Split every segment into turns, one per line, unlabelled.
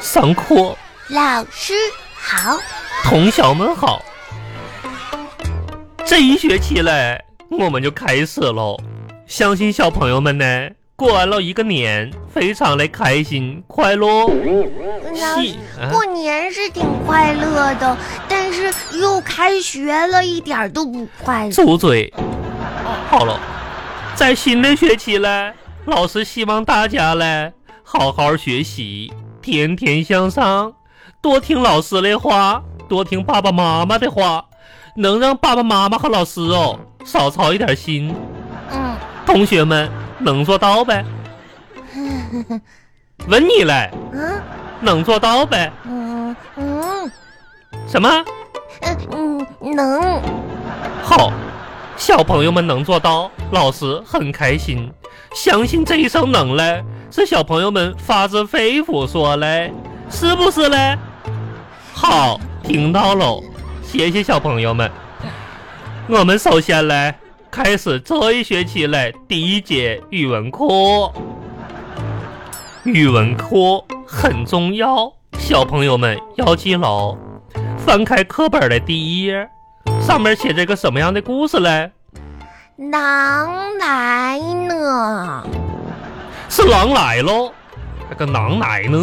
上课，
老师好，
同学们好。这一学期嘞，我们就开始喽。相信小朋友们呢，过完了一个年，非常的开心快乐。
老师
是啊
过年是挺快乐的，但是又开学了，一点儿都不快乐。
住嘴！好了，在新的学期嘞，老师希望大家嘞好好学习，天天向上，多听老师的话，多听爸爸妈妈的话，能让爸爸妈妈和老师哦少操一点心。
嗯，
同学们能做到呗？问你嘞，
嗯
能做到呗？
嗯嗯
什么？
嗯嗯，能。
好，小朋友们能做到，老师很开心。相信这一声“能”嘞，是小朋友们发自肺腑说嘞，是不是嘞？好，听到喽，谢谢小朋友们。我们首先嘞，开始这一学期嘞第一节语文课。语文课很重要，小朋友们要记牢。翻开课本的第一页，上面写着个什么样的故事嘞？
狼来呢？
是狼来喽，那个狼来呢？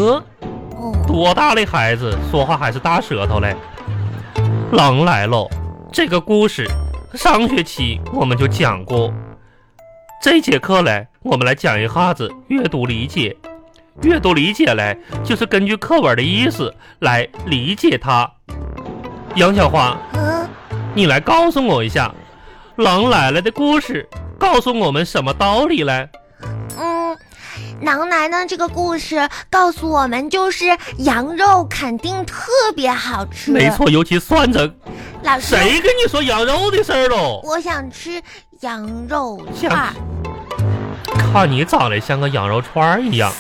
哦，
多大的孩子说话还是大舌头嘞？狼来喽，这个故事上学期我们就讲过，这节课嘞，我们来讲一下子阅读理解。阅读理解嘞，就是根据课文的意思来理解它。杨小花，
嗯，
你来告诉我一下，狼来了的故事告诉我们什么道理嘞？
嗯，狼来呢这个故事告诉我们，就是羊肉肯定特别好吃。
没，错，尤其蒜子，
老师，
谁跟你说羊肉的事儿喽？
我想吃羊肉
想
串儿。
看你长得像个羊肉串儿一样。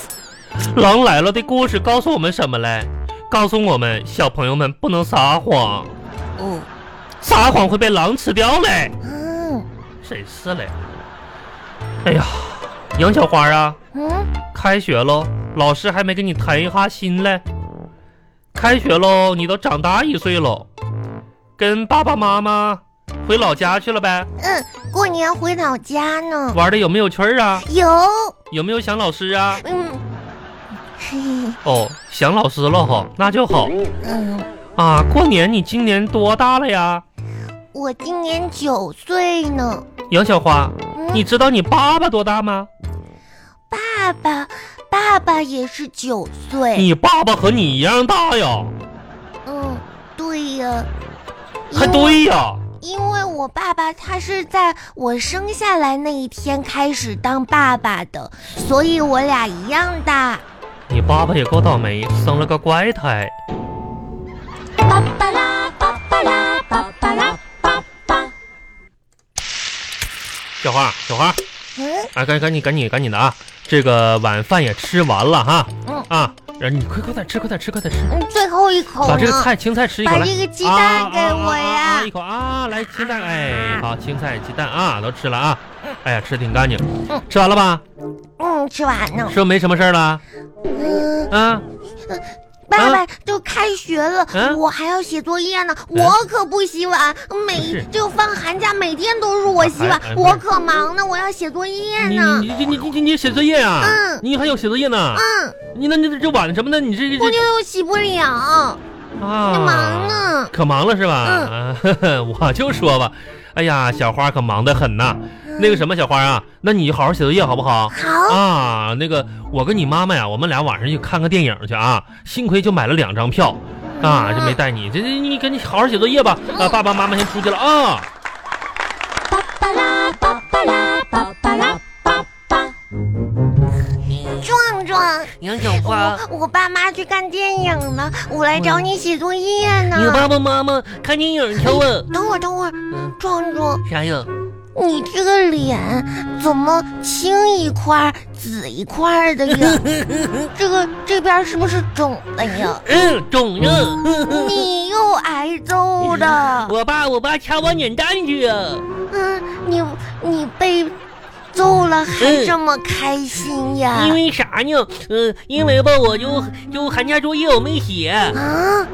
狼来了的故事告诉我们什么嘞？告诉我们小朋友们不能撒谎，
哦，
撒谎会被狼吃掉嘞。
嗯
真是嘞。哎呀，杨小花啊，
嗯，
开学喽，老师还没跟你谈一下心嘞。开学喽，你都长大一岁喽，跟爸爸妈妈回老家去了呗？
嗯过年回老家呢，
玩的有没有趣儿啊？
有，
有没有想老师啊？
嗯，嘿嘿，
哦，想老师了哈，那就好
嗯，
啊。过年你今年多大了呀？
我今年九岁呢。
杨小花，
嗯，
你知道你爸爸多大吗？
爸爸，爸爸也是九岁。
你爸爸和你一样大呀，
嗯，对呀，
还
因为，
对呀。
因为我爸爸他是在我生下来那一天开始当爸爸的，所以我俩一样大。
你爸爸也够倒霉，生了个怪胎。
巴巴拉巴巴拉巴巴拉巴巴，
小花，小花，
嗯
啊，赶赶紧赶紧赶紧的啊！这个晚饭也吃完了哈，
嗯
啊，然后你快快点吃，快点吃，快点吃，
嗯，最后一口
把
呢？
这个菜青菜吃一口
把
来。
这个鸡蛋给
啊啊啊
我
啊
呀
一！口啊，来鸡蛋，哎，好，青菜、鸡蛋啊，都吃了啊，哎呀，吃挺干净
嗯，
吃完了吧？
嗯，吃完呢
是。不是没什么事儿了？
嗯，
啊，
爸爸都开学了
啊，嗯
我还要写作业呢，我可不洗碗，每
是
就放寒假每天都是我洗碗
哎哎，
我可忙呢，我要写作业
你
呢。
你你你你你写作业啊？
嗯
你还有写作业呢？
嗯，
你那那这碗什么的，你这这
我
这
就洗不了，
啊
那忙呢。
可忙了是吧？啊呵呵，我就说吧，哎呀，小花可忙得很呐。那个什么，小花啊，那你好好写作业好不好？
好，
啊，那个我跟你妈妈呀，我们俩晚上去看个电影去啊，幸亏就买了两张票啊，就没带你。这这你赶紧好好写作业吧。啊，爸爸妈妈先出去了啊。
巴巴拉巴巴拉巴巴拉巴巴。壮壮，
杨小
我，我爸妈去看电影了，我来找你写作业呢。
嗯爸妈妈看电影去了？
等会儿，等会儿，
嗯，
壮壮，
啥呀？
你这个脸怎么青一块儿紫一块儿 的呀？这个这边儿是不是肿了呀？
嗯，中了。
你又挨揍了。
我爸，我爸掐我脸蛋去啊！
嗯，你你被揍了还这么开心呀
因？为啥呢？嗯，因为吧，我就就寒假作业我没写，
啊！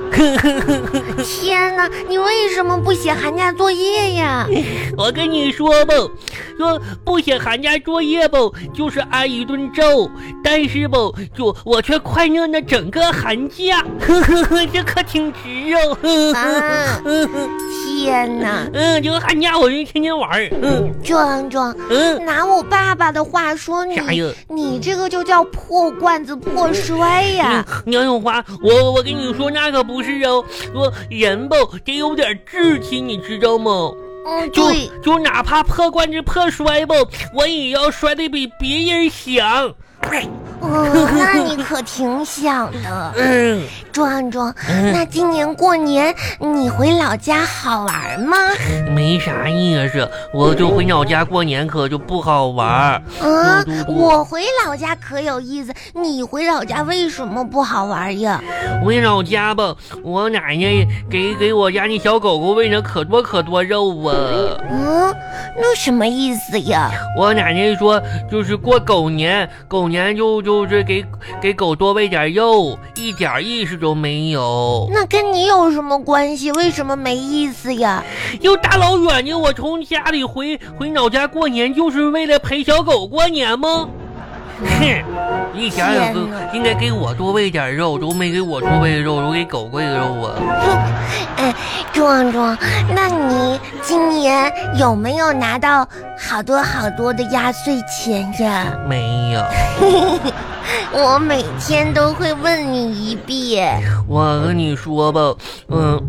天哪，你为什么不写寒假作业呀？
我跟你说吧，说不写寒假作业吧，就是挨一顿揍，但是吧，就我却快乐了整个寒假， 呵呵呵，这可挺值哦。呵呵
啊！
嗯
天哪！
嗯，这个寒假我就天天玩儿，嗯
壮壮，
嗯，
拿我爸爸的话说你
啥，呀？嗯
你这个就叫破罐子破摔哎呀！
杨永花，我我跟你说，那可不是哦，说人吧得有点志气，你知道吗？
嗯，
就
对，
就哪怕破罐子破摔吧，我也要摔得比别人响。
嗯，那你可挺想的，
嗯，
壮壮。
嗯
那今年过年你回老家好玩吗？
没啥意思，我就回老家过年可就不好玩儿。
啊
嘟嘟，嘟
我回老家可有意思，你回老家为什么不好玩呀？
回老家吧，我奶奶给给我家那小狗狗喂了可多可多肉啊。
嗯，那什么意思呀？
我奶奶说，就是过狗年，狗年就就是给给狗多喂点肉，一点意思都没 有。
那跟你有什么关系？为什么没意思呀？
又大老远的，我从家里回回老家过年，就是为了陪小狗过年吗？哼，一想想都
天哪
应该给我多喂点肉，都没给我多喂肉，都给狗喂肉啊！
哎，壮壮，那你今年有没有拿到好多好多的压岁钱呀？
没有，
我每天都会问你一遍。
我跟你说吧，嗯。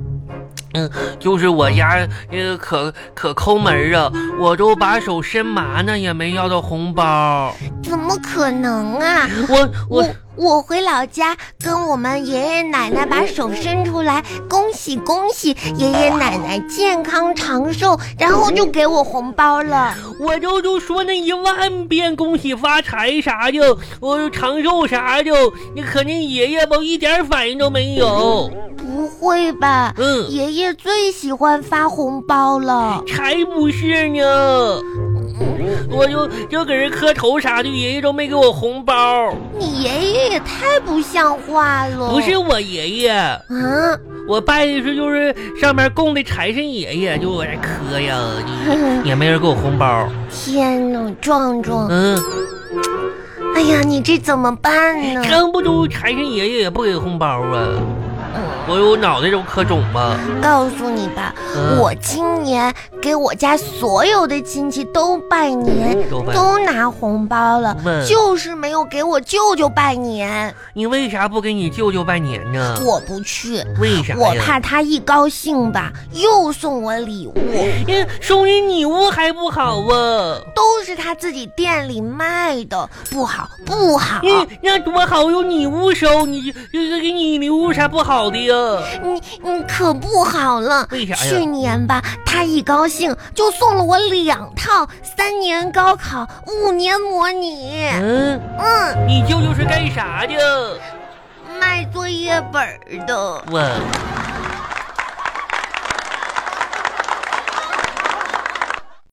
嗯，就是我家这个可可抠门儿啊，我都把手伸麻呢，也没要到红包。
怎么可能啊！
我我
我我回老家跟我们爷爷奶奶把手伸出来，恭喜恭喜，爷爷奶奶健康长寿，然后就给我红包了。
我就就说那一万遍恭喜发财啥的，我就长寿啥的，你可那爷爷吧一点反应都没有，
不会吧？
嗯，
爷爷最喜欢发红包了。
才不是呢。我就就搁这磕头啥的，爷爷都没给我红包，
你爷爷也太不像话了。
不是我爷爷，
啊，
我拜的是就是上面供的财神爷爷，就我这磕呀，就也没人给我红包，
天哪，壮壮，
嗯，
哎呀，你这怎么办呢？
刚不都财神爷爷也不给红包啊，
嗯
我我脑袋都磕肿吧，
告诉你吧，
嗯
我今年给我家所有的亲戚都拜年，
都嗯拜嗯
都拿红包了
问，
就是没有给我舅舅拜年，
你为啥不给你舅舅拜年呢？
我不去。
为嗯啥呀？
我怕他一高兴吧，又送我礼物，
呀，嗯送人礼物还不好啊？
都是他自己店里卖的，不好不好。
那那多好，有礼物收，你这个给你礼物有啥不好的呀？
你你嗯可不好了，
为啥呀
去年吧，他一高兴就送了我两套三年高考、五年模拟，
嗯，
嗯，
你舅舅是干啥的？
卖作业本儿的。
我